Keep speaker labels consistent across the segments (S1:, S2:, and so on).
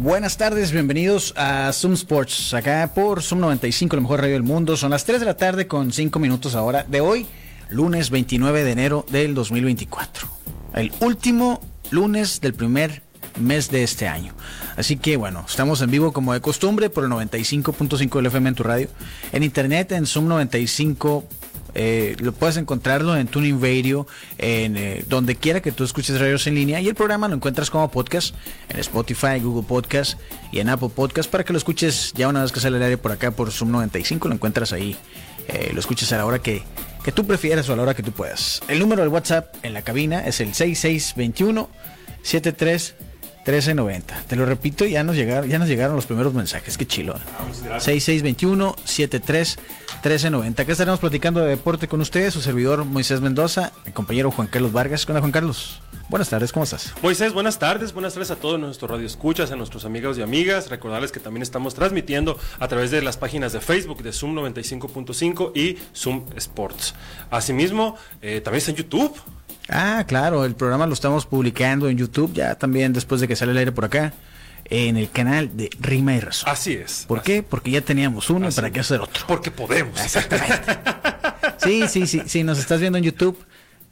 S1: Buenas tardes, bienvenidos a Zoom Sports, acá por Zoom 95, la mejor radio del mundo. Son las 3 de la tarde con 5 minutos ahora de hoy, lunes 29 de enero del 2024. El último lunes del primer mes de este año. Así que bueno, estamos en vivo como de costumbre por el 95.5 del FM en tu radio. En internet en Zoom 95. Eh, lo puedes encontrarlo en Tuning Radio, en eh, donde quiera que tú escuches radios en línea. Y el programa lo encuentras como podcast en Spotify, Google Podcast y en Apple Podcast para que lo escuches ya una vez que sale el aire por acá por Zoom 95. Lo encuentras ahí, eh, lo escuches a la hora que, que tú prefieras o a la hora que tú puedas. El número del WhatsApp en la cabina es el 6621 73 1390. Te lo repito, ya nos llegaron, ya nos llegaron los primeros mensajes. Qué chilo. ¿eh? 6621-73-1390. Acá estaremos platicando de deporte con ustedes, su servidor Moisés Mendoza, el compañero Juan Carlos Vargas. ¿Qué onda, Juan Carlos? Buenas tardes, ¿cómo estás?
S2: Moisés, buenas tardes, buenas tardes a todos nuestros radioescuchas, a nuestros amigos y amigas. Recordarles que también estamos transmitiendo a través de las páginas de Facebook de Zoom 95.5 y Zoom Sports. Asimismo, eh, también está en YouTube.
S1: Ah, claro, el programa lo estamos publicando en YouTube, ya también después de que sale el aire por acá, en el canal de Rima y Razón.
S2: Así es.
S1: ¿Por
S2: Ah, así.
S1: qué? Porque ya teníamos uno,
S2: Así
S1: ¿para qué
S2: es.
S1: hacer otro?
S2: Porque podemos.
S1: Exactamente. Sí, sí, sí, sí, nos estás viendo en YouTube.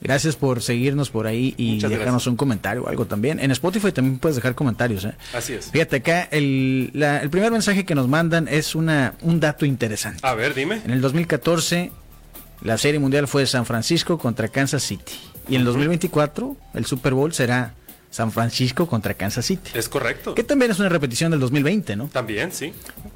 S1: Gracias por seguirnos por ahí y
S2: Muchas
S1: dejarnos
S2: gracias.
S1: un comentario o algo también. En Spotify también puedes dejar comentarios. ¿eh?
S2: Así es.
S1: Fíjate acá, el, la- el primer mensaje que nos mandan es una, un dato interesante.
S2: A ver, dime.
S1: En el 2014, la Serie Mundial fue San Francisco contra Kansas City. Y en el 2024, el Super Bowl será San Francisco contra Kansas City.
S2: Es correcto.
S1: Que también es una repetición del 2020, ¿no?
S2: También, sí.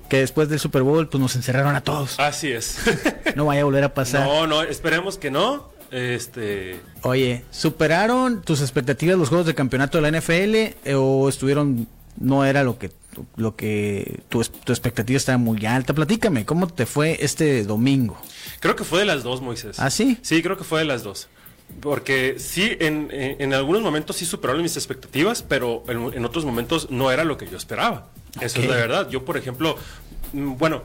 S1: Que después del Super Bowl pues nos encerraron a todos.
S2: Así es.
S1: No vaya a volver a pasar.
S2: Ah. no, no, esperemos que no. Este,
S1: Oye, ¿superaron tus expectativas los juegos de campeonato de la NFL eh, o estuvieron no era lo que lo que tu, es- tu expectativa estaba muy alta? Platícame, ¿cómo te fue este domingo?
S2: Creo que fue de las dos, Moisés.
S1: ¿Ah, sí?
S2: Sí, creo que fue de las dos. Porque sí, en, en- en algunos momentos sí superaron mis expectativas, pero en, en otros momentos no era lo que yo esperaba. Eso
S1: Ok.
S2: es la verdad. Yo, por ejemplo, mm, bueno,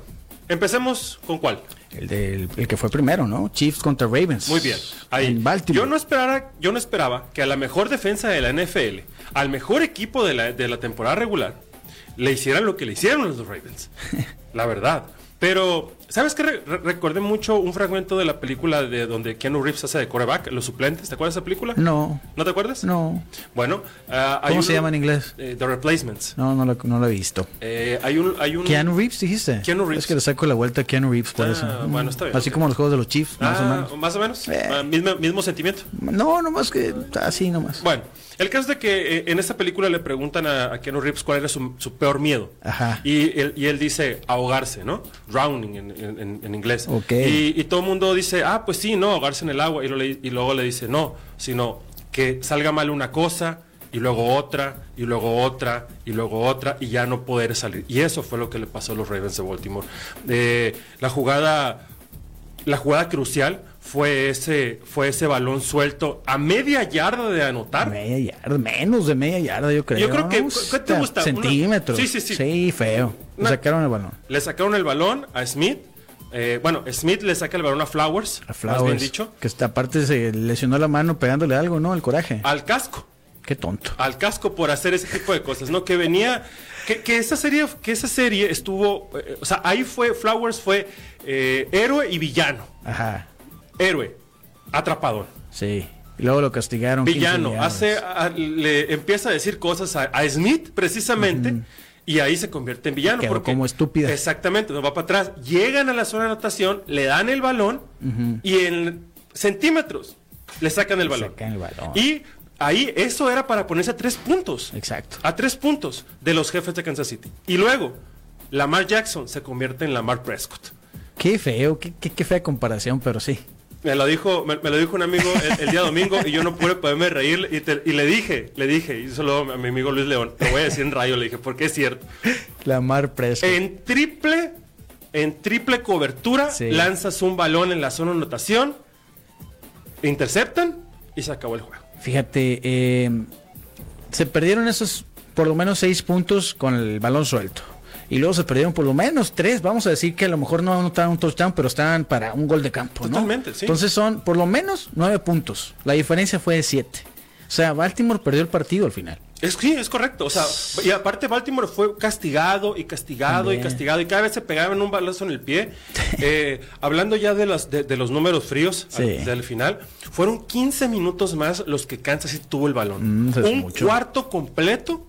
S2: empecemos con cuál.
S1: El, del- el que fue primero, ¿no? Chiefs contra Ravens.
S2: Muy bien. Ahí.
S1: En Baltimore.
S2: Yo no esperara, yo no esperaba que a la mejor defensa de la NFL, al mejor equipo de la, de la temporada regular, le hicieran lo que le hicieron los Ravens. la verdad. Pero, ¿sabes qué? Re- re- recordé mucho un fragmento de la película de donde Keanu Reeves hace de coreback, Los Suplentes. ¿Te acuerdas de esa película?
S1: No.
S2: ¿No te acuerdas?
S1: No.
S2: Bueno, ah, hay
S1: ¿Cómo
S2: un-
S1: se llama en inglés?
S2: eh, The Replacements.
S1: No, no lo, no lo he visto.
S2: Eh, hay un. Hay un
S1: Keanu Reeves, dijiste.
S2: Keanu Reeves.
S1: Es que le saco la vuelta a Keanu Reeves por
S2: Ah,
S1: eso.
S2: bueno, está bien,
S1: Así
S2: ok.
S1: como los juegos de los Chiefs, más o
S2: Ah,
S1: menos.
S2: Más o menos.
S1: Eh.
S2: Ah, mismo- mismo sentimiento.
S1: No, nomás que así nomás.
S2: Bueno, el caso es de que eh, en esta película le preguntan a, a Keanu Reeves cuál era su, su peor miedo.
S1: Ajá.
S2: Y él, y él dice ahogarse, ¿no? Drowning en, en- en- en inglés.
S1: Ok.
S2: Y, y todo el mundo dice, ah, pues sí, no, ahogarse en el agua. Y, lo le- y luego le dice, no, sino que salga mal una cosa y luego otra y luego otra y luego otra y ya no poder salir. Y eso fue lo que le pasó a los Ravens de Baltimore. Eh, la jugada la jugada crucial fue ese, fue ese balón suelto a media yarda de anotar.
S1: Media yarda, menos de media yarda, yo creo.
S2: Yo creo que-
S1: ¿no?
S2: ¿cu- qué te gusta?
S1: Centímetros.
S2: Una- sí, sí, sí.
S1: Sí, feo. Le
S2: Una-
S1: sacaron el balón.
S2: Le sacaron el balón a Smith. Eh, bueno, Smith le saca el balón a Flowers,
S1: A
S2: más
S1: Flowers.
S2: bien dicho,
S1: Que está- aparte se lesionó la mano pegándole algo, ¿no? El coraje.
S2: al casco.
S1: Qué tonto.
S2: Al casco por hacer ese tipo de cosas, ¿no? Que venía. Que, que esa serie, que esa serie estuvo. eh, o sea, ahí fue. Flowers fue eh, héroe y villano.
S1: Ajá.
S2: Héroe. Atrapadón.
S1: Sí. Y luego lo castigaron. 15
S2: villano.
S1: millones.
S2: Hace, a- le empieza a decir cosas a, a Smith, precisamente, y ahí se convierte en villano.
S1: Quedó como estúpida.
S2: Exactamente, no va para atrás. Llegan a la zona de anotación, le dan el balón, y en centímetros le sacan el balón.
S1: sacan el balón.
S2: Y ahí eso era para ponerse a tres puntos.
S1: Exacto.
S2: A tres puntos de los jefes de Kansas City. Y luego, Lamar Jackson se convierte en Lamar Prescott.
S1: Qué feo, qué, qué, qué fea comparación, pero sí.
S2: Me lo dijo, me, me lo dijo un amigo el, el día domingo y yo no pude poderme reír y, te- y le dije, le dije, y solo a mi amigo Luis León, lo voy a decir en radio, le dije, porque es cierto.
S3: La Mar Prescott.
S2: En triple, en triple cobertura,
S3: Sí.
S2: lanzas un balón en la zona de anotación, interceptan y se acabó el juego.
S1: Fíjate, eh, se perdieron esos por lo menos seis puntos con el balón suelto. Y luego se perdieron por lo menos tres. Vamos a decir que a lo mejor no anotaron un touchdown, pero estaban para un gol de campo. ¿no?
S2: Totalmente, sí.
S1: Entonces son por lo menos nueve puntos. La diferencia fue de siete. O sea, Baltimore perdió el partido al final.
S2: Es, sí, es correcto. O sea, y aparte Baltimore fue castigado y castigado
S1: También.
S2: y castigado y cada vez se pegaban un balazo en el pie. Eh, hablando ya de, las, de, de los números fríos
S1: Sí.
S2: al- del final, fueron 15 minutos más los que Kansas City tuvo el balón.
S1: Mm, eso es
S2: un
S1: mucho.
S2: cuarto completo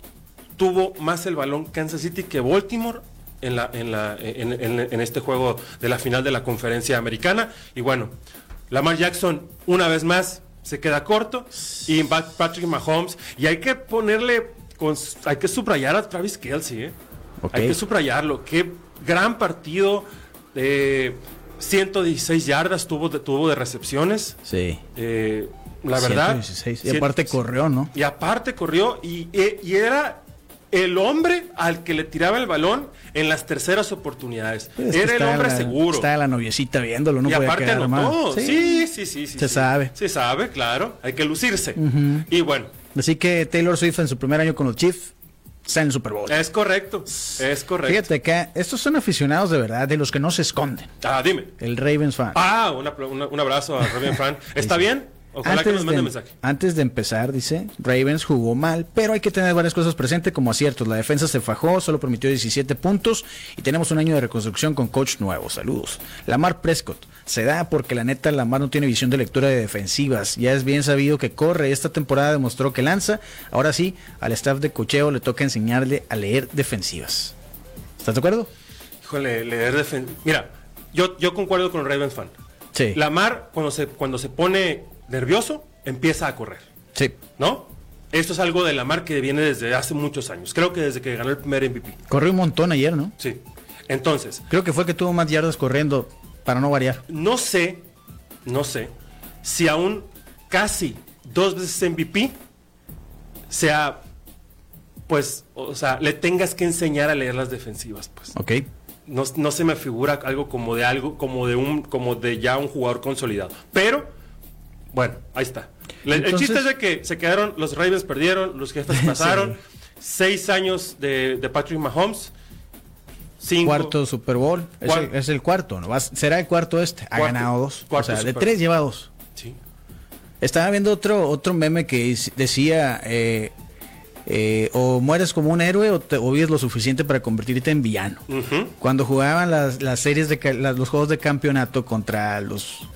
S2: tuvo más el balón Kansas City que Baltimore. En, la, en, la, en, en- en este juego de la final de la conferencia americana. Y bueno, Lamar Jackson, una vez más, se queda corto. Y Pat- Patrick Mahomes. Y hay que ponerle. cons- hay que subrayar a Travis Kelsey. ¿eh?
S1: Ok.
S2: Hay que subrayarlo. Qué gran partido. eh, 116 yardas tuvo de, tuvo de recepciones.
S1: Sí.
S2: Eh, la verdad.
S1: 116. Y
S2: cien-
S1: aparte corrió, ¿no?
S2: y aparte corrió y, e- y era el hombre al que le tiraba el balón en las terceras oportunidades.
S1: Pues es que
S2: era el
S1: estaba
S2: hombre
S1: la-
S2: seguro.
S1: Estaba la noviecita viéndolo, no
S2: y
S1: podía
S2: aparte
S1: quedar mal.
S2: anotó. Sí, sí, sí, sí.
S1: Se
S2: sí.
S1: sabe.
S2: Se sabe, claro. Hay que lucirse. Y bueno,
S1: Así que Taylor Swift en su primer año con los Chiefs está en el Super Bowl.
S2: es correcto. Es correcto.
S1: Fíjate acá, estos son aficionados de verdad, de los que no se esconden.
S2: Ah, dime.
S1: El Ravens fan.
S2: Ah, un apla- una- un abrazo a Robin Fan. ¿Está bien? Ojalá que nos mande
S1: de,
S2: un mensaje.
S1: antes de empezar, dice, Ravens jugó mal, pero hay que tener varias cosas presentes como aciertos. La defensa se fajó, solo permitió 17 puntos y tenemos un año de reconstrucción con coach nuevo. Saludos. Lamar Prescott. Se da porque la neta Lamar no tiene visión de lectura de defensivas. Ya es bien sabido que corre. Esta temporada demostró que lanza. Ahora sí, al staff de cocheo le toca enseñarle a leer defensivas. ¿Estás de acuerdo?
S2: Híjole, leer defen- Mira, yo, yo concuerdo con Ravens Fan.
S1: Sí.
S2: Lamar, cuando se, cuando se pone nervioso, empieza a correr.
S1: Sí.
S2: ¿no? Esto es algo de Lamar que viene desde hace muchos años. Creo que desde que ganó el primer MVP.
S1: Corrió un montón ayer, ¿no?
S2: Sí. Entonces,
S1: Creo que fue el que tuvo más yardas corriendo, para no variar.
S2: no sé, no sé, si aún casi dos veces MVP sea, pues, o sea, le tengas que enseñar a leer las defensivas, pues.
S1: Ok.
S2: No, no se me figura algo como de algo, como de un, como de ya un jugador consolidado. Pero, bueno, ahí está. Le- el
S1: Entonces-
S2: chiste es de que se quedaron, los Ravens perdieron, los jefes pasaron, seis años de, de Patrick Mahomes, cinco.
S1: Cuarto Super Bowl. Es,
S2: Cuar-
S1: el, es el cuarto, ¿no? Va a- será el cuarto este. Ha
S2: Cuarto-
S1: ganado dos. O
S2: cuarto
S1: sea, de
S2: Super
S1: tres
S2: Bowl.
S1: lleva dos.
S2: Sí.
S1: Estaba viendo otro, otro meme que es- decía: eh, eh, o mueres como un héroe o, te, o vives lo suficiente para convertirte en villano.
S2: Ujú.
S1: Cuando jugaban las, las series de ca- las- los juegos de campeonato contra los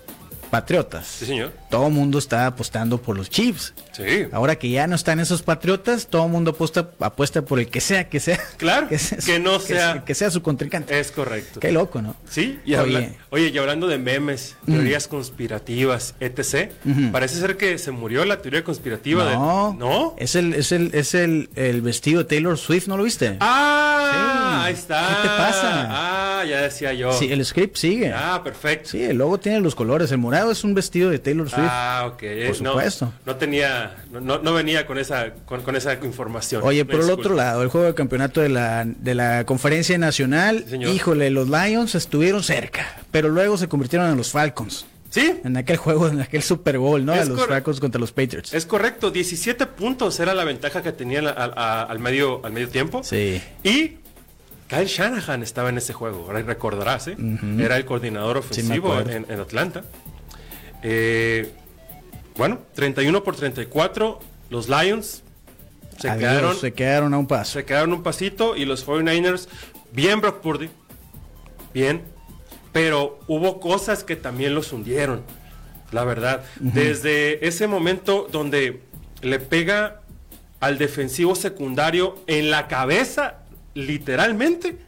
S1: Patriotas,
S2: Sí, señor.
S1: todo el mundo estaba apostando por los Chiefs.
S2: Sí.
S1: Ahora que ya no están esos patriotas, todo el mundo apuesta, apuesta por el que sea, que sea.
S2: Claro, que no sea-
S1: Que, sea su contrincante.
S2: Es correcto.
S1: Qué loco, ¿no?
S2: Sí, y
S1: Oye. Mm.
S2: habla- oye, y hablando de memes, teorías conspirativas, etc., parece ser que se murió la teoría conspirativa de.
S1: No,
S2: ¿No?
S1: Es el, es el, es el, el vestido de Taylor Swift, ¿no lo viste?
S2: ¡Ah!
S1: Sí.
S2: Ahí está.
S1: ¿Qué te pasa?
S2: Ah, ya decía yo.
S1: Sí, el script sigue.
S2: Ah, perfecto.
S1: Sí, el logo tiene los colores. El morado es un vestido de Taylor Swift.
S2: Ah, ok. Eh, no-
S1: supuesto.
S2: No, tenía, no- no, no venía con esa, con, con esa información.
S1: Oye,
S2: Me
S1: por el
S2: disculpo.
S1: otro lado, el juego de campeonato de la, de la conferencia nacional,
S2: Sí, señor.
S1: híjole, los Lions estuvieron cerca, pero luego se convirtieron en los Falcons.
S2: Sí,
S1: En aquel juego, en aquel Super Bowl, ¿no?
S2: Es
S1: A los
S2: cor-
S1: Falcons contra los Patriots.
S2: es correcto. 17 puntos era la ventaja que tenían a- a- al, medio, al medio tiempo.
S1: Sí.
S2: Y Kyle Shanahan estaba en ese juego, ahora recordarás, ¿eh? Era el coordinador ofensivo
S1: acuerdo.
S2: en, en Atlanta. Eh, bueno, 31 por 34, los Lions se
S1: Adiós,
S2: quedaron
S1: se quedaron a un paso.
S2: Se quedaron un pasito y los 49ers, bien Brock Purdy, bien, pero hubo cosas que también los hundieron, la verdad. Desde ese momento donde le pega al defensivo secundario en la cabeza, literalmente,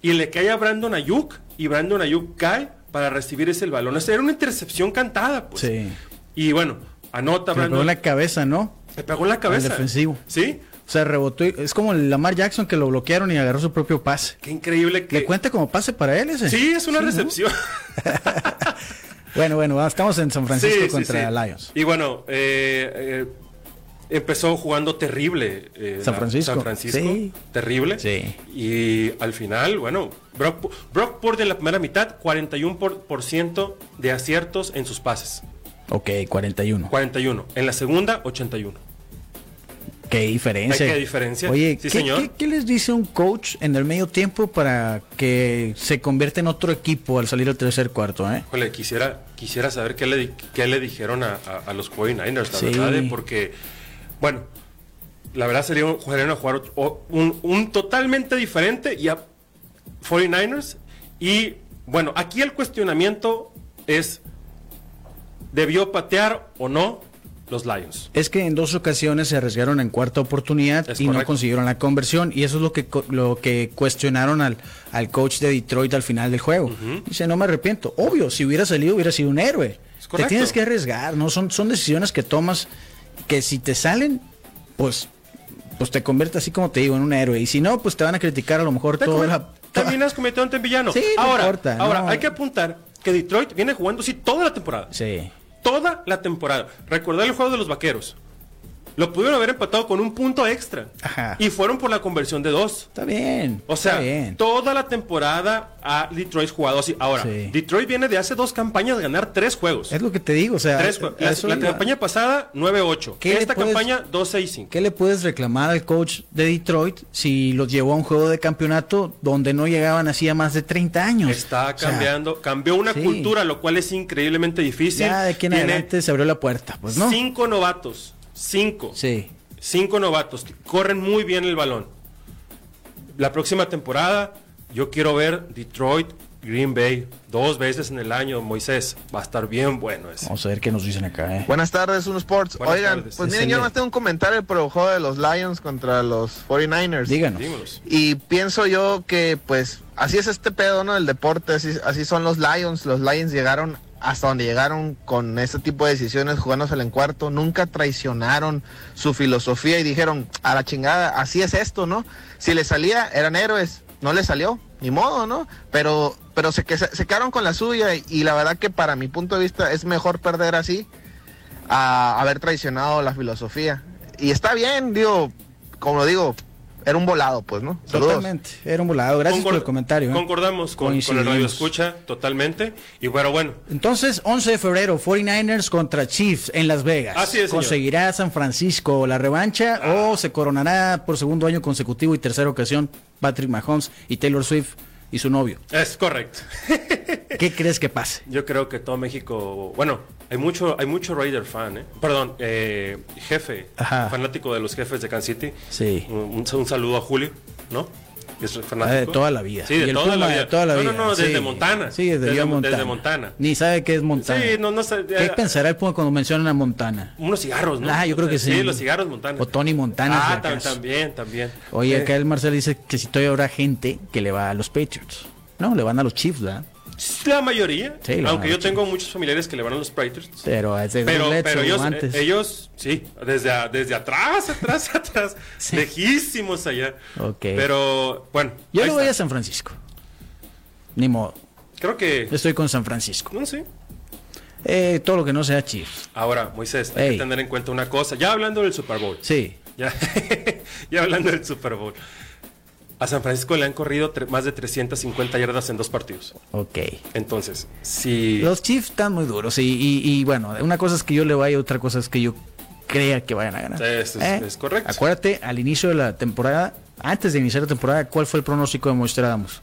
S2: y le cae a Brandon Ayuk, y Brandon Ayuk cae para recibir ese balón. O sea, era una intercepción cantada, pues.
S1: Sí.
S2: Y bueno, anota
S1: Se le pegó
S2: Brandon.
S1: en la cabeza, ¿no?
S2: le pegó en la cabeza.
S1: defensivo.
S2: Sí.
S1: O sea, rebotó. y- Es como el Lamar Jackson que lo bloquearon y agarró su propio pase.
S2: Qué increíble que.
S1: ¿Le cuenta como pase para él ese?
S2: Sí, es una
S1: ¿no?
S2: recepción.
S1: Bueno, bueno, estamos en San Francisco
S2: Sí, sí,
S1: contra
S2: sí.
S1: Lions.
S2: Y bueno, eh, eh, empezó jugando terrible. eh,
S1: San
S2: la-
S1: Francisco.
S2: San Francisco.
S1: Sí.
S2: Terrible.
S1: Sí.
S2: Y al final, bueno, Brock, Brock Purdy en la primera mitad, 41% por, por ciento de aciertos en sus pases.
S1: Ok, 41.
S2: 41. En la segunda, 81.
S1: Qué diferencia.
S2: Ay, qué diferencia.
S1: Oye,
S2: Sí,
S1: ¿qué,
S2: señor.
S1: qué- qué les dice un coach en el medio tiempo para que se convierta en otro equipo al salir al tercer cuarto? Eh?
S2: Híjole, quisiera, quisiera saber qué le, di- qué le dijeron a, a- a los 49ers, la
S1: Sí.
S2: verdad, eh, porque, bueno, la verdad sería un, jugarían a jugar otro- o- un, un totalmente diferente y a 49ers. Y bueno, aquí el cuestionamiento es: ¿debió patear o no los Lions?
S1: Es que en dos ocasiones se arriesgaron en cuarta oportunidad
S2: Es
S1: y no
S2: correcto.
S1: consiguieron la conversión. Y eso es lo que co- lo que cuestionaron al, al coach de Detroit al final del juego. Dice, no me arrepiento. Obvio, si hubiera salido hubiera sido un héroe.
S2: Es
S1: Te
S2: correcto.
S1: tienes que arriesgar, ¿no? Son, son decisiones que tomas que si te salen, pues, pues te conviertes así como te digo, en un héroe. Y si no, pues te van a criticar a lo mejor
S2: Te
S1: toda
S2: come-
S1: la...
S2: Terminas cometiendo un villano.
S1: Sí, no
S2: ahora,
S1: importa,
S2: ahora
S1: no.
S2: hay que apuntar que Detroit viene jugando así toda la temporada.
S1: Sí.
S2: toda la temporada. Recordar el juego de los vaqueros. Lo pudieron haber empatado con un punto extra.
S1: Ajá.
S2: Y fueron por la conversión de dos.
S1: Está bien.
S2: O sea,
S1: está bien.
S2: toda la temporada a Detroit jugado así. Ahora,
S1: Sí.
S2: Detroit viene de hace dos campañas de ganar tres juegos.
S1: Es lo que te digo, o sea, eh,
S2: Tres jue- la-
S1: eso
S2: la,
S1: iba.
S2: campaña pasada, 9-8.
S1: ¿Qué le
S2: Esta
S1: puedes-
S2: campaña, 2-6-5.
S1: ¿Qué le puedes reclamar al coach de Detroit si los llevó a un juego de campeonato donde no llegaban hacía más de 30 años?
S2: Está
S1: O sea,
S2: cambiando, cambió una
S1: sí.
S2: cultura, lo cual es increíblemente difícil.
S1: ya de aquí en
S2: Tiene
S1: adelante se abrió la puerta, pues no.
S2: cinco novatos. Cinco.
S1: Sí.
S2: Cinco novatos que corren muy bien el balón. La próxima temporada, yo quiero ver Detroit, Green Bay, dos veces en el año, Moisés. Va a estar bien bueno ese.
S1: Vamos a ver qué nos dicen acá, ¿eh?
S3: Buenas tardes, Uno Sports.
S2: Buenas
S3: Oigan,
S2: tardes.
S3: pues miren,
S1: Excelente.
S3: yo nomás tengo un comentario por el juego de los Lions contra los 49ers.
S1: Díganos.
S2: Dímonos.
S3: Y pienso yo que, pues, así es este pedo, ¿no? El deporte, así, así son los Lions. Los Lions llegaron hasta donde llegaron con este tipo de decisiones, jugándosela en cuarto. Nunca traicionaron su filosofía y dijeron, a la chingada, así es esto, ¿no? Si les salía, eran héroes. No les salió, ni modo, ¿no? Pero, pero se, que- se quedaron con la suya y, y la verdad que para mi punto de vista es mejor perder así a haber traicionado la filosofía. Y está bien, digo, como digo, era un volado, pues, ¿no? Saludos.
S1: Totalmente. Era un volado. Gracias por
S2: Concord-
S1: el comentario. ¿eh?
S2: Concordamos con, con el
S1: Coincidimos.
S2: radio escucha totalmente. Y bueno, bueno,
S1: Entonces, 11 de febrero, 49ers contra Chiefs en Las Vegas.
S2: Así es, señor. Ah.
S1: ¿Conseguirá San Francisco la revancha o se coronará por segundo año consecutivo y tercera ocasión Patrick Mahomes y Taylor Swift y su novio?
S2: es correcto.
S1: ¿Qué crees que pase?
S2: Yo creo que todo México, bueno, hay mucho, hay mucho Raider fan, ¿eh? perdón, eh, jefe,
S1: Ajá.
S2: fanático de los jefes de Kansas City.
S1: Sí.
S2: Un, un- un saludo a Julio, ¿no? Es fanático.
S1: Ah, de toda la vida.
S2: Sí,
S1: Y
S2: de
S1: el
S2: toda la,
S1: Puma
S2: vida.
S1: de toda la
S2: No, no,
S1: vida,
S2: no, desde
S1: sí.
S2: Montana.
S1: Sí, desde, allá Montana.
S2: Desde Montana.
S1: Ni sabe qué es Montana.
S2: Sí, no, no sé.
S1: ¿Qué pensará el Puma cuando menciona a Montana?
S2: Unos cigarros, ¿no?
S1: Ah, yo creo que sí.
S2: Sí, los cigarros Montana.
S1: O Tony Montana,
S2: Ah,
S1: si
S2: tam-
S1: acaso.
S2: también, también.
S1: Oye,
S2: Eh,
S1: acá el Marcel dice que si todavía habrá gente que le va a los Patriots. No, le van a los Chiefs, ¿verdad?
S2: La mayoría.
S1: Sí, la
S2: aunque yo
S1: mayoría.
S2: tengo muchos familiares que le van a los Patriots.
S1: Pero, es de
S2: Pero,
S1: Gauntlet,
S2: pero
S1: o
S2: ellos,
S1: antes.
S2: eh, ellos, sí, desde, a- desde atrás, atrás, atrás,
S1: Sí.
S2: lejísimos allá.
S1: Ok.
S2: Pero, bueno,
S1: Yo
S2: ahí
S1: le voy a
S2: está.
S1: San Francisco. Ni modo.
S2: creo que,
S1: Estoy con San Francisco.
S2: no sé.
S1: Eh, todo lo que no sea Chiefs.
S2: Ahora, Moisés, hay
S1: Ey.
S2: que tener en cuenta una cosa. Ya hablando del Super Bowl.
S1: Sí.
S2: Ya, ya hablando del Super Bowl. A San Francisco le han corrido tre- más de 350 yardas en dos partidos.
S1: Ok.
S2: Entonces, si...
S1: Los Chiefs están muy duros. Y, y- y, bueno, una cosa es que yo le vaya, otra cosa es que yo crea que vayan a ganar. ¿Eh?
S2: Sí, eso es- es correcto.
S1: Acuérdate, al inicio de la temporada, antes de iniciar la temporada, ¿cuál fue el pronóstico de Mostradamus?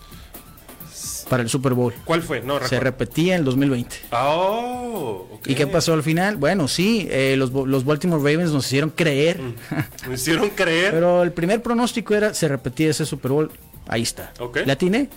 S1: Para el Super Bowl.
S2: ¿Cuál fue? No,
S1: Se
S2: recuerdo.
S1: repetía en el 2020.
S2: Ah, oh, ok.
S1: ¿Y qué pasó al final? Bueno, sí, eh, los, Bo- los Baltimore Ravens nos hicieron creer.
S2: Mm. Me hicieron creer.
S1: Pero el primer pronóstico era, se repetía ese Super Bowl. Ahí está.
S2: Ok.
S1: La atiné,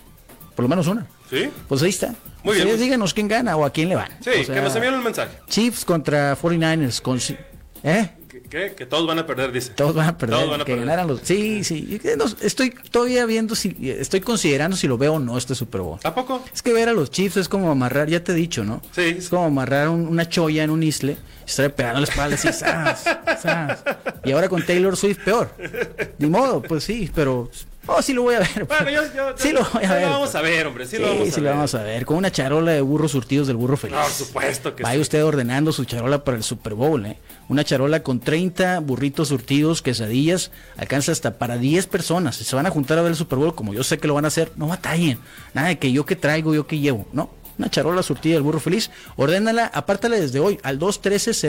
S1: por lo menos una.
S2: ¿Sí?
S1: Pues ahí está.
S2: Muy bien.
S1: Ustedes díganos quién gana o a quién le van.
S2: Sí,
S1: O
S2: que
S1: sea,
S2: nos envíen un mensaje.
S1: Chiefs contra 49ers. Con, ci- ¿Eh?
S2: Que, que- que todos van a perder, dice.
S1: Todos van a perder.
S2: Todos van a
S1: que
S2: perder.
S1: ganaran los. Sí, sí. Eh, no, estoy todavía viendo si. eh, Estoy considerando si lo veo o no este Super Bowl.
S2: ¿A poco?
S1: Es que ver a los Chiefs es como amarrar, ya te he dicho, ¿no?
S2: Sí.
S1: Es como amarrar un- una cholla en un isle, estar pegando la espalda así, zas, zas. Y ahora con Taylor Swift peor. Ni modo, pues sí, pero Oh, sí lo voy a ver.
S2: Bueno, yo, yo-
S1: sí lo voy a
S2: sí
S1: ver.
S2: vamos a ver, hombre. Sí,
S1: Sí,
S2: lo vamos a
S1: sí
S2: ver.
S1: lo vamos a ver. Con una charola de burros surtidos del burro feliz.
S2: Por supuesto que
S1: Vaya
S2: sí.
S1: usted ordenando su charola para el Super Bowl, ¿eh? Una charola con 30 burritos surtidos, quesadillas, alcanza hasta para 10 personas. Si se van a juntar a ver el Super Bowl, como yo sé que lo van a hacer, no batallen. Nada de que yo que traigo, yo que llevo. No, una charola surtida del burro feliz. Ordénala, apártala desde hoy al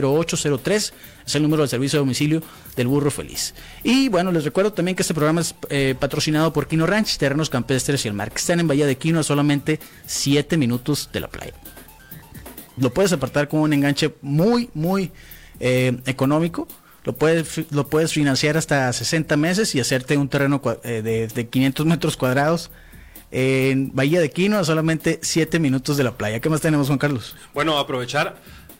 S1: 213-0803. Es el número del servicio de domicilio del burro feliz. Y bueno, les recuerdo también que este programa es eh, patrocinado por Quino Ranch, Terrenos Campestres y el Mar, que están en Bahía de Quino a solamente 7 minutos de la playa lo puedes apartar con un enganche muy, muy eh, económico. Lo puedes, fi- lo puedes financiar hasta 60 meses y hacerte un terreno cua- eh, de, de 500 metros cuadrados en Bahía de Quino a solamente 7 minutos de la playa. ¿Qué más tenemos, Juan Carlos?
S2: Pues, Bueno, aprovechar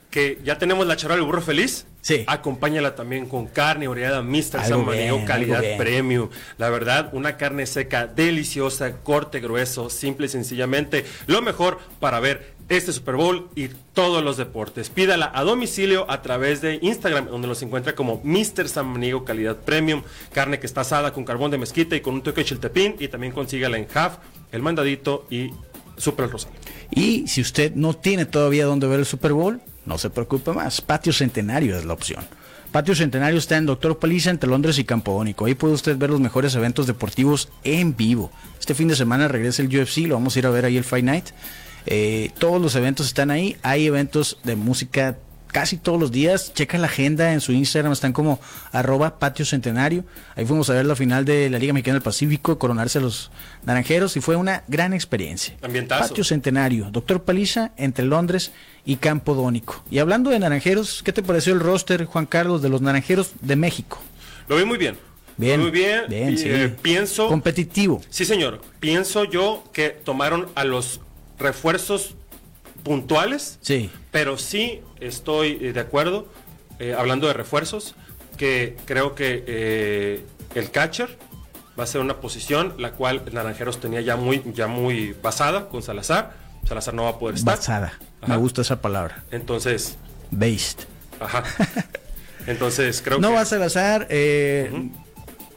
S2: que ya tenemos la charola del burro feliz.
S1: Sí.
S2: Acompáñala también con carne oreada mixta,
S1: Algo
S2: San Mateo,
S1: bien,
S2: calidad
S1: algo bien.
S2: premium. La verdad, una carne seca deliciosa, corte grueso, simple y sencillamente. Lo mejor para ver este Super Bowl y todos los deportes. Pídala a domicilio a través de Instagram, donde los encuentra como Mr. San Maniego Calidad Premium. Carne que está asada con carbón de mezquita y con un toque de chiltepín. Y también consígala en Half, El Mandadito y Super El Rosal.
S1: Y si usted no tiene todavía dónde ver el Super Bowl, no se preocupe más. Patio Centenario es la opción. Patio Centenario está en Doctor Paliza entre Londres y Campodónico. Ahí puede usted ver los mejores eventos deportivos en vivo. Este fin de semana regresa el UFC, lo vamos a ir a ver ahí el Fight Night. Eh, todos los eventos están ahí. Hay eventos de música casi todos los días. Checa la agenda en su Instagram, están como arroba patio centenario. Ahí fuimos a ver la final de la Liga Mexicana del Pacífico, coronarse a los naranjeros y fue una gran experiencia.
S2: Ambientazo.
S1: Patio Centenario, Doctor Paliza entre Londres y Campo Dónico. Y hablando de naranjeros, ¿qué te pareció el roster, Juan Carlos, de los naranjeros de México?
S2: Lo vi muy bien.
S1: Bien,
S2: Muy bien.
S1: bien,
S2: y,
S1: sí.
S2: eh, pienso.
S1: Competitivo.
S2: Sí, señor. Pienso yo que tomaron a los refuerzos puntuales.
S1: Sí.
S2: Pero sí estoy eh, de acuerdo, eh, hablando de refuerzos, que creo que eh, el catcher va a ser una posición la cual Naranjeros tenía ya muy, ya muy basada con Salazar. Salazar no va a poder estar.
S1: Basada.
S2: Ajá.
S1: Me gusta esa palabra.
S2: Entonces,
S1: Based.
S2: ajá. Entonces, creo
S1: No
S2: que.
S1: va a Salazar, eh,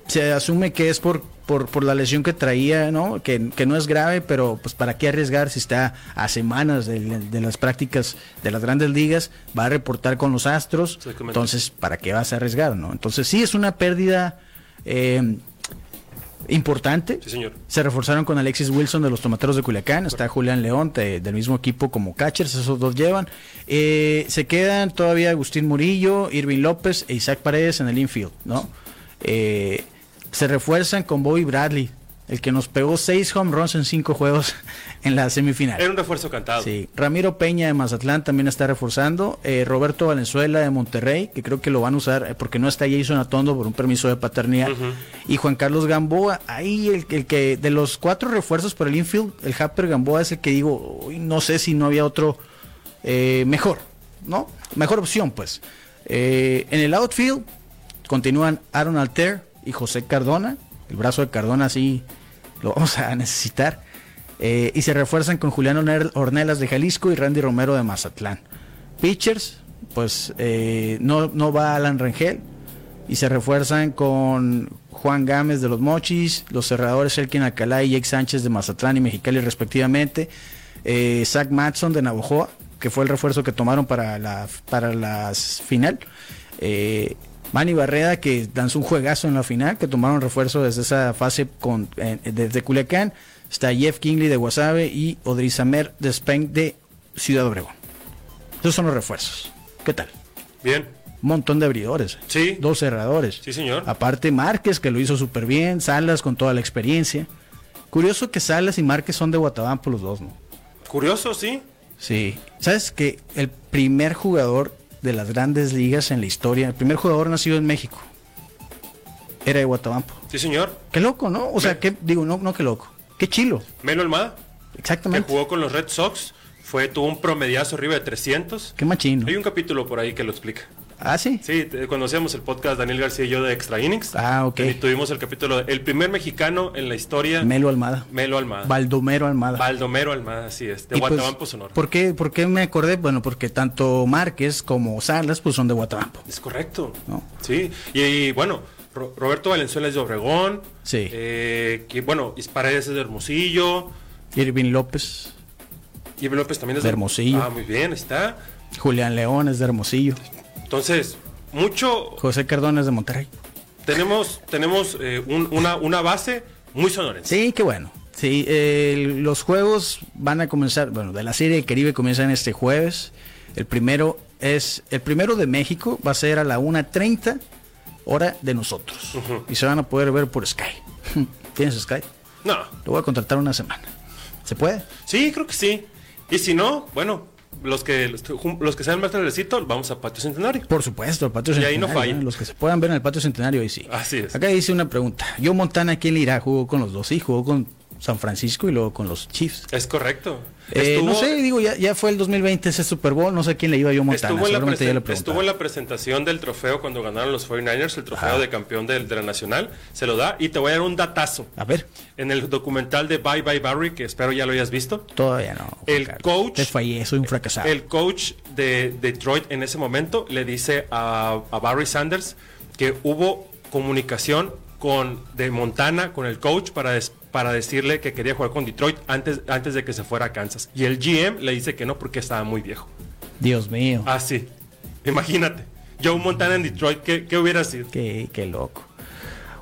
S1: se asume que es por, por, por la lesión que traía, ¿no? Que, que no es grave, pero pues para qué arriesgar si está a semanas de, de las prácticas de las grandes ligas, va a reportar con los astros,
S2: Sí, comenta.
S1: entonces para qué vas a arriesgar, ¿no? Entonces sí es una pérdida eh, importante.
S2: Sí, señor.
S1: Se reforzaron con Alexis Wilson de los Tomateros de Culiacán, está Julián León de- del mismo equipo como catchers, esos dos llevan. Eh, se quedan todavía Agustín Murillo, Irving López e Isaac Paredes en el infield, ¿no? Eh, se refuerzan con Bobby Bradley, el que nos pegó seis home runs en cinco juegos en la semifinal.
S2: Era un refuerzo cantado.
S1: Sí. Ramiro Peña de Mazatlán también está reforzando. Eh, Roberto Valenzuela de Monterrey, que creo que lo van a usar eh, porque no está Jason Atondo por un permiso de paternidad. Y Juan Carlos Gamboa, ahí el, el que de los cuatro refuerzos por el infield, el Happer Gamboa es el que digo, "Uy, no sé si no había otro eh, mejor, ¿no? Mejor opción, pues. Eh, en el outfield continúan Aaron Alter y José Cardona. El brazo de Cardona sí lo vamos a necesitar. Eh, y se refuerzan con Julián Ornel- Ornelas de Jalisco y Randy Romero de Mazatlán. Pitchers, pues eh, no, no va Alan Rangel. Y se refuerzan con Juan Gámez de los Mochis, los cerradores Elkin Alcalá y Jake Sánchez de Mazatlán y Mexicali respectivamente. Eh, Zach Matson de Navojoa, que fue el refuerzo que tomaron para la, para la s- final. Eh, Manny Barreda, que lanzó un juegazo en la final, que tomaron refuerzo desde esa fase con, en- desde Culiacán. Está Jeff Kingley de Guasave y Odrizamer de Spain de Ciudad Obregón. Esos son los refuerzos. ¿Qué tal?
S2: Bien.
S1: Un montón de abridores.
S2: Sí.
S1: Dos cerradores.
S2: Sí, señor.
S1: Aparte Márquez, que lo hizo súper bien. Salas con toda la experiencia. Curioso que Salas y Márquez son de Guatabampo los dos, ¿no?
S2: Curioso, sí.
S1: Sí. ¿Sabes que el primer jugador de las grandes ligas en la historia, el primer jugador nacido en México, era de Guatabampo?
S2: Sí, señor.
S1: Qué loco, ¿no? O sea, qué, digo, no, no, qué loco. Qué chilo.
S2: Melo Almada, que
S1: Exactamente.
S2: jugó con los Red Sox, fue, tuvo un promediazo arriba de 300.
S1: Qué machino.
S2: Hay un capítulo por ahí que lo explica.
S1: Ah, sí.
S2: Sí, te- cuando hacíamos el podcast Daniel García y yo de Extra Innings.
S1: Ah, ok.
S2: Y tuvimos el capítulo de El primer mexicano en la historia,
S1: Melo Almada.
S2: Melo Almada.
S1: Baldomero Almada.
S2: Baldomero Almada, así es, de
S1: Y, pues,
S2: Guatabampo, Sonora.
S1: ¿por qué, por qué me acordé? Bueno, porque tanto Márquez como Salas pues son de Guatabampo.
S2: Es correcto.
S1: No.
S2: Sí, y, y, bueno, Ro- Roberto Valenzuela es de Obregón.
S1: Sí.
S2: Eh, que, bueno, Isparedes es de Hermosillo.
S1: Irving López,
S2: Y López también es
S1: De Hermosillo.
S2: Ah, muy bien, está.
S1: Julián León es de Hermosillo,
S2: Entonces, mucho.
S1: José Cardona es de Monterrey.
S2: Tenemos, tenemos eh, un- una, una base muy sonorense.
S1: Sí, qué bueno. Sí, eh, los juegos van a comenzar, bueno, de la Serie del Caribe comienzan este jueves. El primero es, el primero de México va a ser a la 1.30 hora de nosotros. Y se van a poder ver por Sky. ¿Tienes Sky?
S2: No.
S1: Lo voy a contratar una semana. ¿Se puede?
S2: Sí, creo que sí. Y si no, bueno, los que los, los que sean más tardecitos, vamos a Patio Centenario.
S1: Por supuesto, el patio
S2: Y
S1: centenario.
S2: ahí no falla.
S1: ¿eh? Los que se puedan ver en el patio centenario, ahí sí.
S2: Así es.
S1: Acá dice una pregunta. Yo Montana, ¿quién le irá? Jugó con los dos, sí, jugó con San Francisco y luego con los Chiefs.
S2: Es correcto.
S1: Eh,
S2: Estuvo-
S1: no sé, digo, ya, ya fue el 2020 ese Super Bowl, no sé a quién le iba yo Montana,
S2: Estuvo en, la
S1: seguramente ya le
S2: presen- estuvo
S1: preguntaba.
S2: en la presentación del trofeo cuando ganaron los 49ers, el trofeo de campeón del- de, la nacional. Se lo da y te voy a dar un datazo.
S1: A ver,
S2: En el documental de Bye Bye Barry, que espero ya lo hayas visto,
S1: todavía no. Juan
S2: El
S1: Carlos.
S2: coach-
S1: Te fallé, soy un fracasado.
S2: el coach de Detroit en ese momento le dice a, a Barry Sanders que hubo comunicación con de Montana con el coach para des- para decirle que quería jugar con Detroit antes antes de que se fuera a Kansas y el GM le dice que no porque estaba muy viejo.
S1: Dios mío,
S2: Ah, sí. Imagínate. Joe Montana en Detroit, ¿qué, qué hubiera sido?
S1: qué, qué loco.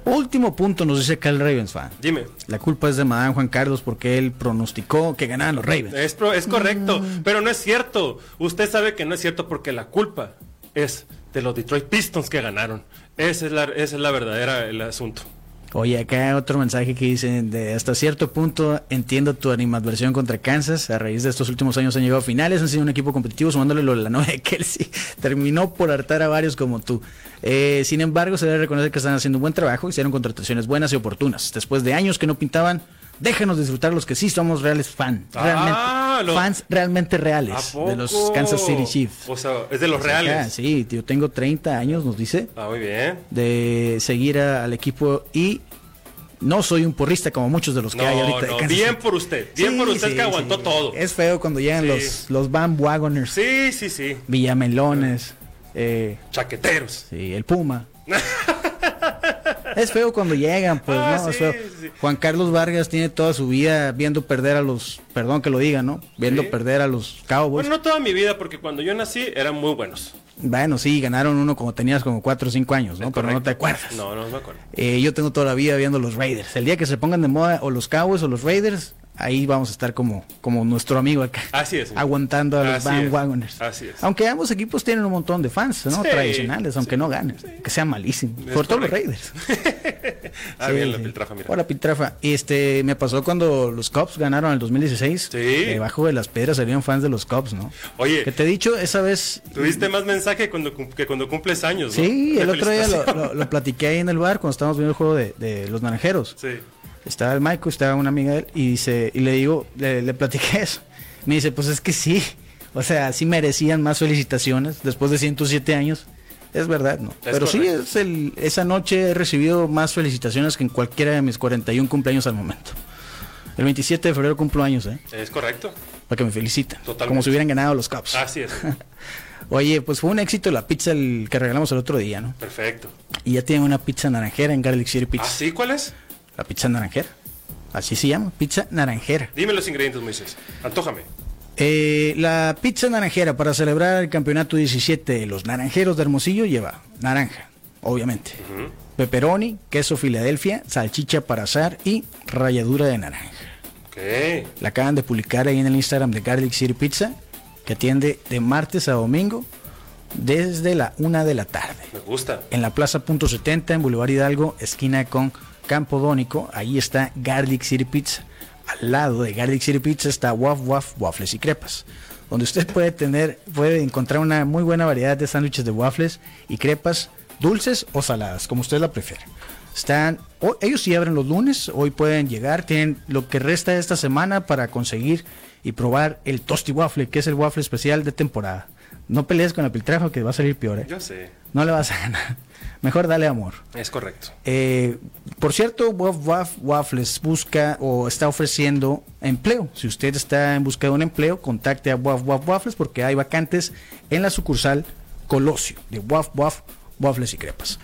S1: Último punto nos dice Carl Ravens fan.
S2: Dime.
S1: La culpa es de Madame Juan Carlos porque él pronosticó que ganaban los Ravens.
S2: Es, pro- es correcto, pero no es cierto. Usted sabe que no es cierto porque la culpa es de los Detroit Pistons que ganaron. Esa es la, esa es la verdadera el asunto.
S1: Oye, acá otro mensaje que dicen, de hasta cierto punto entiendo tu animadversión contra Kansas, a raíz de estos últimos años han llegado a finales, han sido un equipo competitivo, sumándole lo de la novia de Kelsey, terminó por hartar a varios como tú. Eh, sin embargo, se debe reconocer que están haciendo un buen trabajo, hicieron contrataciones buenas y oportunas, después de años que no pintaban, déjanos disfrutar los que sí somos reales fan, realmente,
S2: Ah, lo-
S1: fans realmente reales
S2: ¿A
S1: de los
S2: poco?
S1: Kansas City Chiefs.
S2: O sea, es de los
S1: Acá,
S2: reales.
S1: sí, yo tengo 30 años, nos dice
S2: Ah, muy bien.
S1: de seguir a- al equipo y no soy un porrista como muchos de los que hay
S2: No,
S1: ahorita. de
S2: no,
S1: Kansas
S2: bien
S1: City.
S2: por usted. Bien
S1: Sí,
S2: por usted
S1: sí,
S2: que aguantó
S1: sí.
S2: todo.
S1: Es feo cuando llegan
S2: Sí.
S1: los, los Van Wagoners,
S2: Sí, sí, sí.
S1: Villamelones, eh,
S2: Chaqueteros.
S1: sí, el Puma. es feo cuando llegan, pues,
S2: Ah,
S1: ¿no? Es
S2: sí,
S1: feo.
S2: sí.
S1: Juan Carlos Vargas tiene toda su vida viendo perder a los, perdón que lo diga, ¿no? Viendo
S2: Sí.
S1: perder a los Cowboys.
S2: Bueno, no toda mi vida, porque cuando yo nací eran muy buenos.
S1: Bueno, sí, ganaron uno como tenías como 4 o 5 años, ¿no?
S2: Es
S1: Pero no
S2: correcto.
S1: te acuerdas.
S2: No, no me acuerdo.
S1: Eh, yo tengo toda la vida viendo los Raiders. El día que se pongan de moda o los Cowboys o los Raiders, ahí vamos a estar como, como nuestro amigo acá.
S2: Así es, señor.
S1: Aguantando a los
S2: Así
S1: Van
S2: es,
S1: Wagoners.
S2: así es.
S1: Aunque ambos equipos tienen un montón de fans, ¿no?
S2: Sí,
S1: Tradicionales, aunque no ganen. Que sean malísimos.
S2: Es
S1: Sobre todo los
S2: correcto.
S1: Raiders.
S2: Ah,
S1: Sí,
S2: bien, la
S1: sí.
S2: piltrafa, mira.
S1: Hola, Piltrafa. Este, me pasó cuando los Cubs ganaron en el 2016.
S2: Sí.
S1: Debajo de las piedras salieron fans de los Cubs, ¿no?
S2: Oye.
S1: Que te he dicho, esa vez
S2: Tuviste más mensaje cuando, cum- que cuando cumples años, ¿no?
S1: Sí,
S2: De
S1: el otro día lo,
S2: felicitación.
S1: lo- lo platiqué ahí en el bar cuando estábamos viendo el juego de, de los naranjeros.
S2: Sí.
S1: Estaba el Michael, estaba una amiga de él, y dice, y le digo, le, le platiqué eso. Me dice, pues es que sí. O sea, sí merecían más felicitaciones después de 107 años. Es verdad, ¿no? Pero sí,
S2: correcto.
S1: es el, esa noche he recibido más felicitaciones que en cualquiera de mis 41 cumpleaños al momento. El 27 de febrero cumplo años, ¿eh?
S2: Es correcto.
S1: Para que me feliciten.
S2: Totalmente. Ah,
S1: Como si hubieran ganado los Cups.
S2: Así es.
S1: Oye, pues fue un éxito la pizza el que regalamos el otro día, ¿no?
S2: Perfecto.
S1: Y ya tienen una pizza naranjera en Garlic City Pizza.
S2: ¿Así cuál es?
S1: La pizza naranjera. Así se llama, pizza naranjera.
S2: Dime los ingredientes, Moisés. Antójame.
S1: Eh, la pizza naranjera para celebrar el campeonato 17 de los naranjeros de Hermosillo lleva naranja, obviamente. Pepperoni, queso Filadelfia, salchicha para azar y ralladura de naranja.
S2: Ok.
S1: La acaban de publicar ahí en el Instagram de Garlic City Pizza, que atiende de martes a domingo desde la una de la tarde.
S2: Me gusta.
S1: en la Plaza Punto 70 en Boulevard Hidalgo, esquina con Campodónico. Ahí está Garlic City Pizza. Al lado de Garlic City Pizza está Waf Waf Waffles y Crepas, donde usted puede tener, puede encontrar una muy buena variedad de sándwiches de waffles y crepas dulces o saladas, como usted la prefiere. Están, o- ellos sí abren los lunes, hoy pueden llegar, tienen lo que resta de esta semana para conseguir y probar el Tosti Waffle, que es el waffle especial de temporada. No pelees con la piltrafa que va a salir peor. ¿eh?
S2: Yo sé.
S1: No le vas a ganar. Mejor dale amor.
S2: Es correcto.
S1: Eh, por cierto, Waf Waf Waffles busca o está ofreciendo empleo. Si usted está en busca de un empleo, contacte a Waf Waf Waffles porque hay vacantes en la sucursal Colosio de Waf Waf Waffles y Crepas.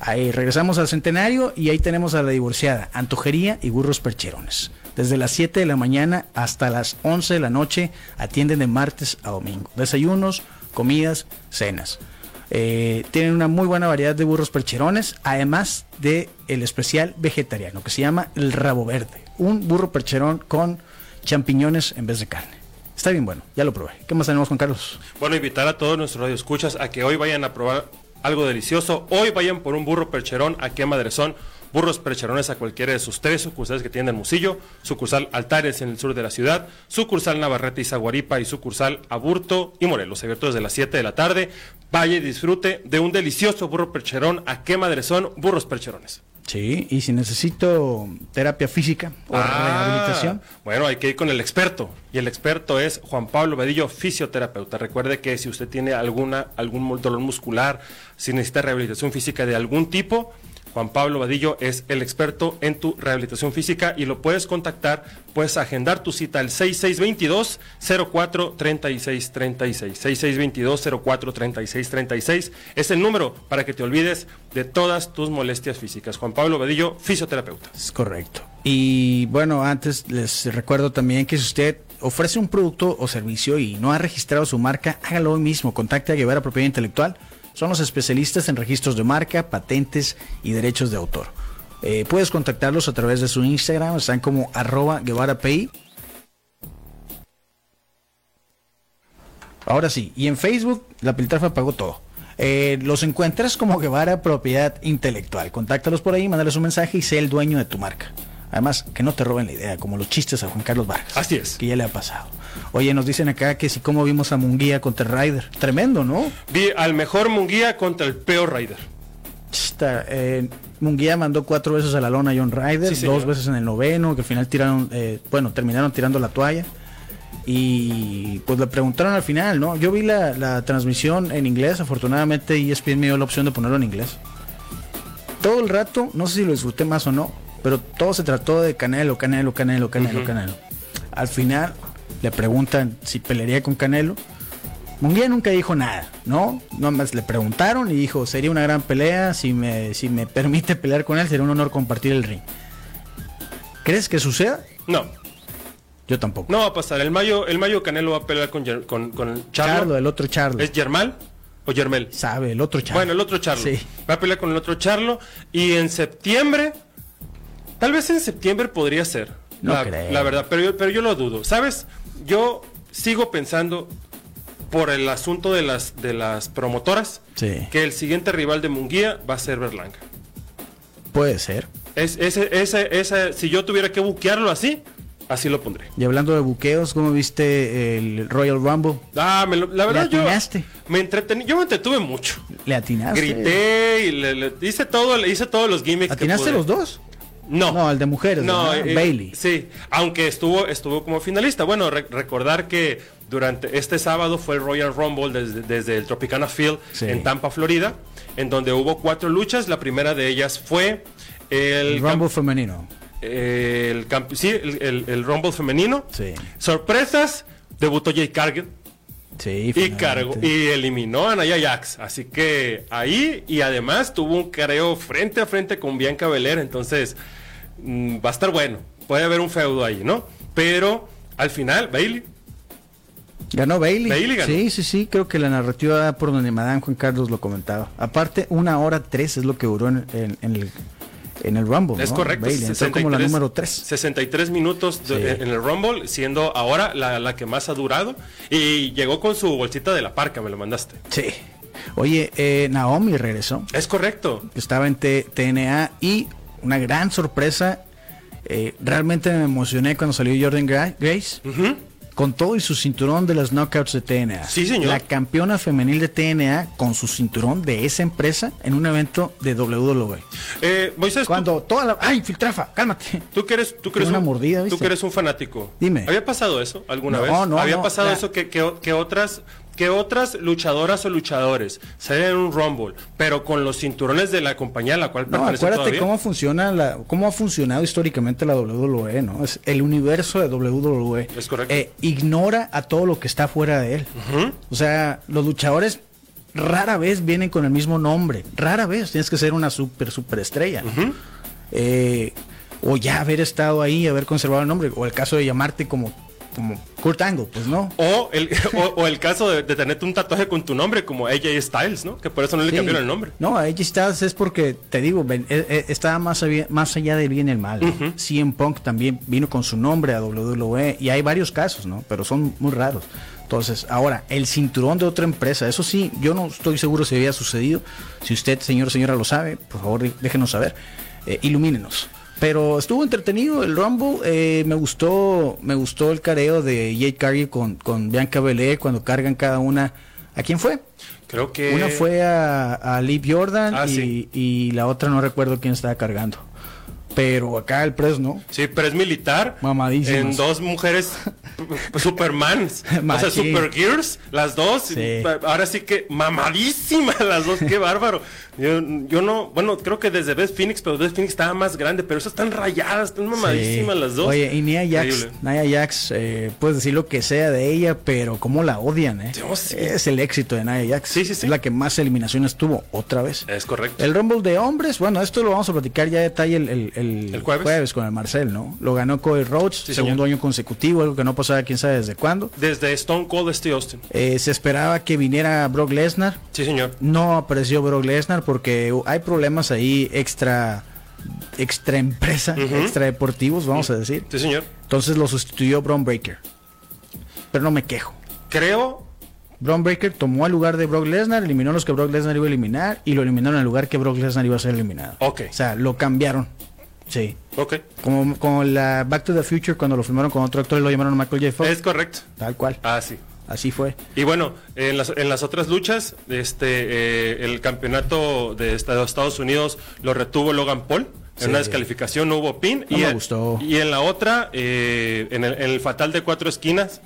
S1: Ahí regresamos al centenario y ahí tenemos a la divorciada, Antojería y Burros Percherones. Desde las 7 de la mañana hasta las 11 de la noche atienden de martes a domingo. Desayunos, comidas, cenas. Eh, tienen una muy buena variedad de burros percherones, además de el especial vegetariano que se llama el rabo verde. Un burro percherón con champiñones en vez de carne. Está bien bueno, ya lo probé. ¿Qué más tenemos con Carlos?
S2: Bueno, invitar a todos nuestros radioescuchas a que hoy vayan a probar algo delicioso. Hoy vayan por un burro percherón a qué madrezón. Burros percherones a cualquiera de sus tres sucursales que tienen en Musillo, sucursal Altares en el sur de la ciudad, sucursal Navarrete y Zaguaripa y sucursal Aburto y Morelos, abierto desde las 7 de la tarde. Vaya y disfrute de un delicioso burro percherón a qué madrezón, burros percherones.
S1: Sí, y si necesito terapia física o
S2: Ah,
S1: rehabilitación.
S2: Bueno, hay que ir con el experto. Y el experto es Juan Pablo Bedillo, fisioterapeuta. Recuerde que si usted tiene alguna, algún dolor muscular, si necesita rehabilitación física de algún tipo, Juan Pablo Badillo es el experto en tu rehabilitación física y lo puedes contactar, puedes agendar tu cita al 6622-043636. 6622-043636 es el número para que te olvides de todas tus molestias físicas. Juan Pablo Badillo, fisioterapeuta.
S1: Es correcto. Y bueno, antes les recuerdo también que si usted ofrece un producto o servicio y no ha registrado su marca, hágalo hoy mismo. Contacte a Guevara Propiedad Intelectual. Son los especialistas en registros de marca, patentes y derechos de autor. Eh, puedes contactarlos a través de su Instagram, están como arroba Guevara PI. Ahora sí, y en Facebook la Piltrafa pagó todo. Eh, los encuentras como Guevara Propiedad Intelectual. Contáctalos por ahí, mándales un mensaje y sé el dueño de tu marca. Además, que no te roben la idea, como los chistes a Juan Carlos Vargas.
S2: Así es.
S1: Que ya le ha pasado. Oye, nos dicen acá que si cómo vimos a Munguía contra Ryder. Tremendo, ¿no?
S2: Vi al mejor Munguía contra el peor Raider.
S1: Chista, eh, Munguía mandó cuatro veces a la lona a John Ryder,
S2: Sí, señor.
S1: dos veces en el noveno, que al final tiraron, eh, bueno, terminaron tirando la toalla. Y pues le preguntaron al final, ¿no? Yo vi la, la transmisión en inglés, afortunadamente E ESPN me dio la opción de ponerlo en inglés. Todo el rato, no sé si lo disfruté más o no, pero todo se trató de Canelo, Canelo, Canelo, Canelo, Canelo. Al final le preguntan si pelearía con Canelo. Munguía nunca dijo nada, ¿no? Nomás le preguntaron y dijo, sería una gran pelea, si me, si me permite pelear con él, sería un honor compartir el ring. ¿Crees que suceda?
S2: No,
S1: Yo tampoco.
S2: no va a pasar. El mayo, el mayo Canelo va a pelear con, Yer- con, con el Charlo.
S1: Charlo, el otro Charlo.
S2: ¿Es Yermal o Yermel?
S1: Sabe, el otro Charlo.
S2: Bueno, el otro Charlo.
S1: Sí.
S2: Va a pelear con el otro Charlo. Y en septiembre, tal vez en septiembre podría ser.
S1: No
S2: la,
S1: creo.
S2: la verdad, pero yo, pero yo lo dudo. ¿Sabes? Yo sigo pensando por el asunto de las, de las promotoras
S1: Sí.
S2: que el siguiente rival de Munguía va a ser Berlanga.
S1: Puede ser.
S2: Es, ese, ese, ese, si yo tuviera que buquearlo así, así lo pondré.
S1: Y hablando de buqueos, ¿cómo viste el Royal Rumble?
S2: Ah, me lo- la verdad yo
S1: atinaste. Ah,
S2: me entretení, yo me entretuve mucho.
S1: ¿Le atinaste?
S2: Grité y le, le- hice todo, le hice todos los gimmicks. que
S1: ¿Atinaste
S2: pude.
S1: los dos?
S2: No.
S1: No, el de mujeres,
S2: No,
S1: ¿verdad?
S2: eh,
S1: Bailey.
S2: Sí, aunque estuvo, estuvo como finalista. Bueno, re- recordar que durante este sábado fue el Royal Rumble desde, desde el Tropicana Field
S1: Sí.
S2: en Tampa, Florida, en donde hubo cuatro luchas. La primera de ellas fue el,
S1: El Rumble
S2: camp-
S1: femenino.
S2: el camp- sí, el, el- el Rumble femenino.
S1: Sí.
S2: Sorpresas, debutó Jay Cargill.
S1: Sí,
S2: Y
S1: finalmente.
S2: cargó, y eliminó a Naya Jax. Así que ahí, y además tuvo un careo frente a frente con Bianca Belair. Entonces, mm, va a estar bueno. Puede haber un feudo ahí, ¿no? Pero al final, Bailey.
S1: Ganó Bailey.
S2: Bailey ganó.
S1: Sí, sí, sí, creo que la narrativa va por donde Madame Juan Carlos lo comentaba. Aparte, una hora tres es lo que duró en, en- en el, en el Rumble.
S2: Es
S1: ¿no?
S2: correcto.
S1: Bailey, entró como la número tres.
S2: 63 minutos de-
S1: Sí.
S2: en el Rumble, siendo ahora la, la que más ha durado. Y llegó con su bolsita de la parca, me lo mandaste.
S1: Sí. Oye, eh, Naomi regresó.
S2: Es correcto.
S1: Estaba en T- TNA y una gran sorpresa. eh, realmente me emocioné cuando salió Jordan Gra- Grace.
S2: Ujú.
S1: Con todo y su cinturón de las knockouts de TNA.
S2: Sí, señor.
S1: La campeona femenil de TNA con su cinturón de esa empresa en un evento de E. WWE.
S2: Eh, Moisés, ¿tú
S1: Cuando toda la. ¡Ay, filtrafa! ¡Cálmate!
S2: Tú que eres, tú que eres
S1: Una
S2: un,
S1: mordida,
S2: tú
S1: ¿viste?
S2: que eres un fanático.
S1: Dime.
S2: ¿Había pasado eso alguna
S1: No,
S2: vez?
S1: no,
S2: ¿Había
S1: no,
S2: pasado
S1: la-
S2: eso que, que o- que otras que otras luchadoras o luchadores salen en un Rumble, pero con los cinturones de la compañía a la cual
S1: No,
S2: pertenecen
S1: acuérdate
S2: todavía?
S1: cómo funciona la, cómo ha funcionado históricamente la WWE, ¿no? Es el universo de E. WWE.
S2: Es correcto.
S1: Eh, ignora a todo lo que está fuera de él.
S2: Ujú.
S1: O sea, los luchadores rara vez vienen con el mismo nombre. Rara vez. Tienes que ser una super, super estrella. o ya haber estado ahí, haber conservado el nombre. O el caso de llamarte como, como Kurt Angle, pues no.
S2: O el, o, o el caso de, de tenerte un tatuaje con tu nombre, como AJ Styles, ¿no? Que por eso no le
S1: Sí.
S2: cambiaron el nombre.
S1: No, ahí estás, es porque, te digo, ven, eh, eh, estaba más, avi- más allá del bien y el mal. ¿no? CM Punk también vino con su nombre a WWE y hay varios casos, ¿no? Pero son muy raros. Entonces, ahora, el cinturón de otra empresa, eso sí, yo no estoy seguro si había sucedido. Si usted, señor o señora, lo sabe, por favor, dé- déjenos saber. Eh, ilumínenos. Pero estuvo entretenido el Rumble. eh, me gustó me gustó el careo de Jade Cargill con, con Bianca Belé cuando cargan cada una. ¿A quién fue?
S2: Creo que.
S1: Una fue a, a Liv Jordan
S2: Eh, Ah,
S1: y,
S2: sí.
S1: y la otra no recuerdo quién estaba cargando. Pero acá el press, ¿no?
S2: Sí, pero es militar.
S1: Mamadísimas.
S2: En dos mujeres p- supermans. o sea,
S1: Machín.
S2: supergears, las dos.
S1: Sí.
S2: Ahora sí que mamadísimas las dos, qué bárbaro. Yo, yo no, bueno, creo que desde Beth Phoenix, pero Beth Phoenix estaba más grande, pero esas están rayadas, están mamadísimas
S1: Sí.
S2: las dos.
S1: Oye, y Nia Jax,
S2: Increíble.
S1: Nia Jax, eh, puedes decir lo que sea de ella, pero cómo la odian, ¿eh?
S2: Yo Oh, sí.
S1: Es el éxito de Nia Jax.
S2: Sí, Eh. sí, sí.
S1: Es la que más eliminaciones tuvo otra vez.
S2: Es correcto.
S1: El Rumble de hombres, bueno, esto lo vamos a platicar ya a detalle el, el- el
S2: El jueves.
S1: con el Marcel, ¿no? Lo ganó Cody Rhodes,
S2: Sí,
S1: segundo año consecutivo, algo que no pasaba quién sabe desde cuándo.
S2: Desde Stone Cold Steve Austin.
S1: Eh, se esperaba que viniera Brock Lesnar,
S2: Sí, señor.
S1: no apareció Brock Lesnar porque hay problemas ahí extra extra empresa, extra deportivos, vamos a decir.
S2: Sí, señor.
S1: Entonces lo sustituyó Braun Breaker. Pero no me quejo.
S2: Creo
S1: Braun Breaker tomó el lugar de Brock Lesnar, eliminó los que Brock Lesnar iba a eliminar y lo eliminaron al lugar que Brock Lesnar iba a ser eliminado.
S2: Ok.
S1: O sea, lo cambiaron. Sí.
S2: Ok.
S1: Como, como la Back to the Future cuando lo firmaron con otro actor y lo llamaron Michael J. Fox.
S2: Es correcto.
S1: Tal cual.
S2: Ah, sí.
S1: Así fue.
S2: Y bueno, en las, en las otras luchas, este, eh, el campeonato de esta- de Estados Unidos lo retuvo Logan Paul. En
S1: Sí.
S2: una descalificación no hubo pin.
S1: No
S2: y,
S1: me
S2: en-
S1: gustó.
S2: y en la otra, eh, en, el, en el fatal de cuatro esquinas,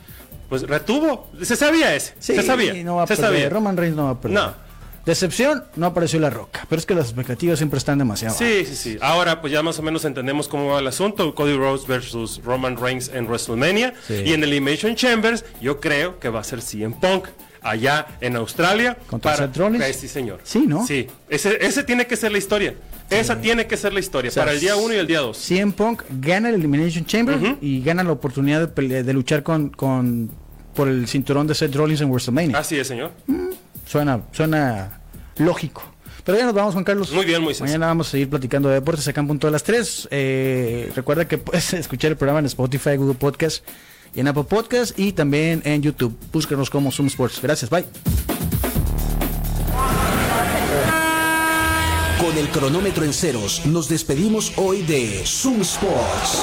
S2: pues retuvo. Se sabía ese. se sabía.
S1: no va a
S2: se
S1: perder.
S2: sabía.
S1: Roman Reigns no va a perder.
S2: No.
S1: Decepción, no apareció La Roca. Pero es que las expectativas siempre están demasiado.
S2: Sí, sí, sí. Ahora pues ya más o menos entendemos cómo va el asunto. Cody Rhodes versus Roman Reigns en WrestleMania.
S1: Sí.
S2: Y en Elimination Chambers yo creo que va a ser CM Punk allá en Australia.
S1: ¿Contra Seth Rollins?
S2: Eh, sí, señor.
S1: Sí, ¿no?
S2: Sí. Ese, ese tiene que ser la historia. Esa tiene que ser la historia.
S1: sea,
S2: para el día 1 y el día 2.
S1: CM Punk gana el Elimination Chamber y gana la oportunidad de, pele- de luchar con, con por el cinturón de Seth Rollins en WrestleMania.
S2: Así es, señor.
S1: Suena, suena lógico. Pero ya nos vamos, Juan Carlos.
S2: Muy bien, Moisés.
S1: Mañana vamos a seguir platicando de deportes acá en punto de las 3. recuerda que puedes escuchar el programa en Spotify, Google Podcast y en Apple Podcast y también en YouTube. Búsquenos como Zoom Sports. Gracias, bye.
S4: Con el cronómetro en ceros, nos despedimos hoy de Zoom Sports.